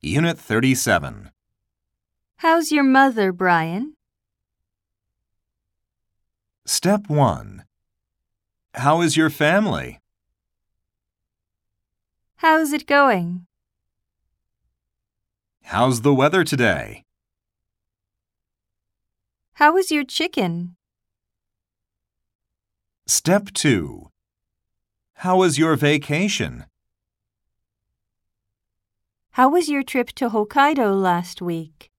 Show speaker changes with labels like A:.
A: Unit 37.
B: How's your mother, Brian?
A: Step 1. How is your family?
B: How's it going?
A: How's the weather today?
B: How is your chicken?
A: Step 2. How was your vacation?
B: How was your trip to Hokkaido last week?